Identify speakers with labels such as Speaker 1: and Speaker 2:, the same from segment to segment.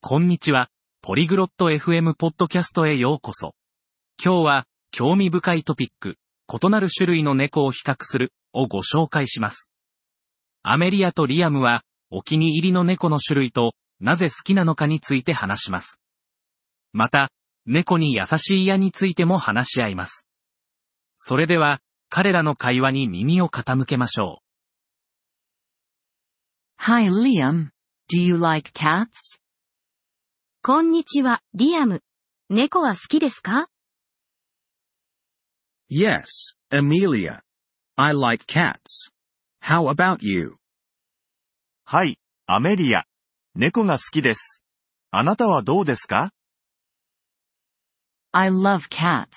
Speaker 1: こんにちは。ポリグロット FM ポッドキャストへようこそ。今日は、興味深いトピック、異なる種類の猫を比較する、をご紹介します。アメリアとリアムは、お気に入りの猫の種類と、なぜ好きなのかについて話します。また、猫に優しい矢についても話し合います。それでは、彼らの会話に耳を傾けましょ
Speaker 2: Hi Liam. Do you like cats?
Speaker 3: こんにちは、リアム。猫は好きですか
Speaker 4: Yes, Amelia. I like cats. How about you?
Speaker 5: はい、アメリア。猫が好きです。あなたはどうですか
Speaker 2: I love cats.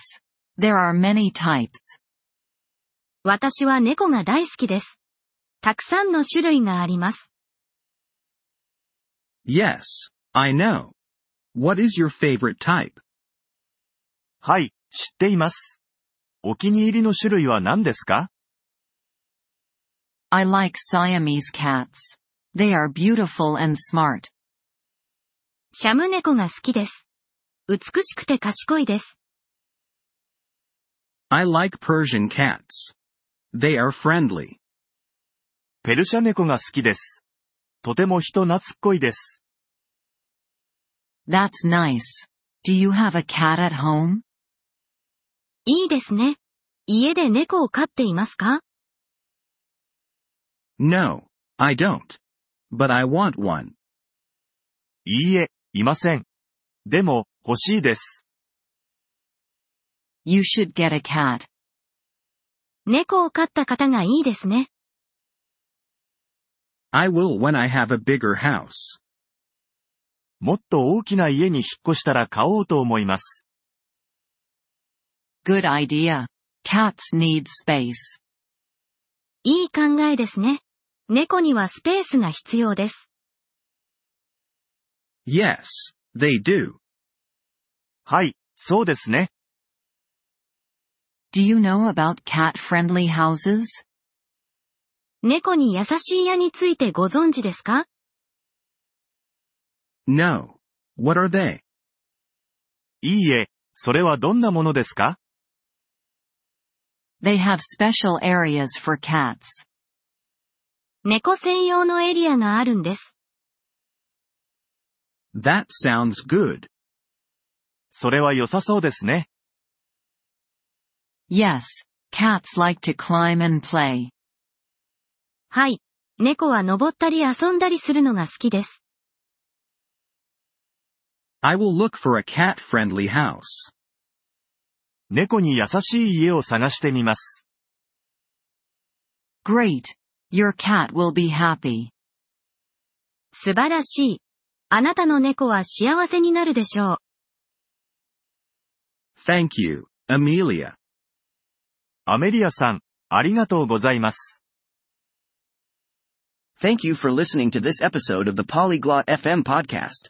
Speaker 2: There are many types.
Speaker 3: 私は猫が大好きです。たくさんの種類があります。
Speaker 4: Yes, I know. What is your favorite type?
Speaker 5: はい、知っています。お気に入りの種類は何ですか
Speaker 2: I like Siamese cats. They are beautiful and smart.
Speaker 3: シャム猫が好きです。美しくて賢いです。
Speaker 4: I like Persian cats. They are friendly.
Speaker 5: ペルシャ猫が好きです。とても人懐っこいです。
Speaker 2: That's nice. Do you have a cat at home?
Speaker 3: いいですね。家で猫を飼っていますか
Speaker 4: No, I don't. But I want one.
Speaker 5: いいえ、いません。でも、欲しいです。
Speaker 2: You should get a cat.
Speaker 3: 猫を飼った方がいいですね。
Speaker 4: I will when I have a bigger house.
Speaker 5: もっと大きな家に引っ越したら買おうと思います。
Speaker 2: Good idea. Cats need space.
Speaker 3: いい考えですね。猫にはスペースが必要です。
Speaker 4: Yes, they do.
Speaker 5: はい、そうですね。
Speaker 2: Do you know about cat-friendly houses?
Speaker 3: 猫に優しい矢についてご存知ですか
Speaker 4: No. What are they?
Speaker 5: いいえ、それはどんなものですか
Speaker 2: They have special areas for cats.
Speaker 3: 猫専用のエリアがあるんです。
Speaker 4: That sounds good.
Speaker 5: それは良さそうですね。
Speaker 2: Yes, cats like to climb and play.
Speaker 3: はい。猫は登ったり遊んだりするのが好きです。
Speaker 4: I will look for a cat-friendly house.
Speaker 5: 猫に優しい家を探してみます。
Speaker 2: Great. Your cat will be happy.
Speaker 3: 素晴らしい。あなたの猫は幸せになるでしょう。
Speaker 4: Thank you, Amelia.
Speaker 5: アメリアさん、ありがとうございます。
Speaker 6: Thank you for listening to this episode of the Polyglot FM podcast.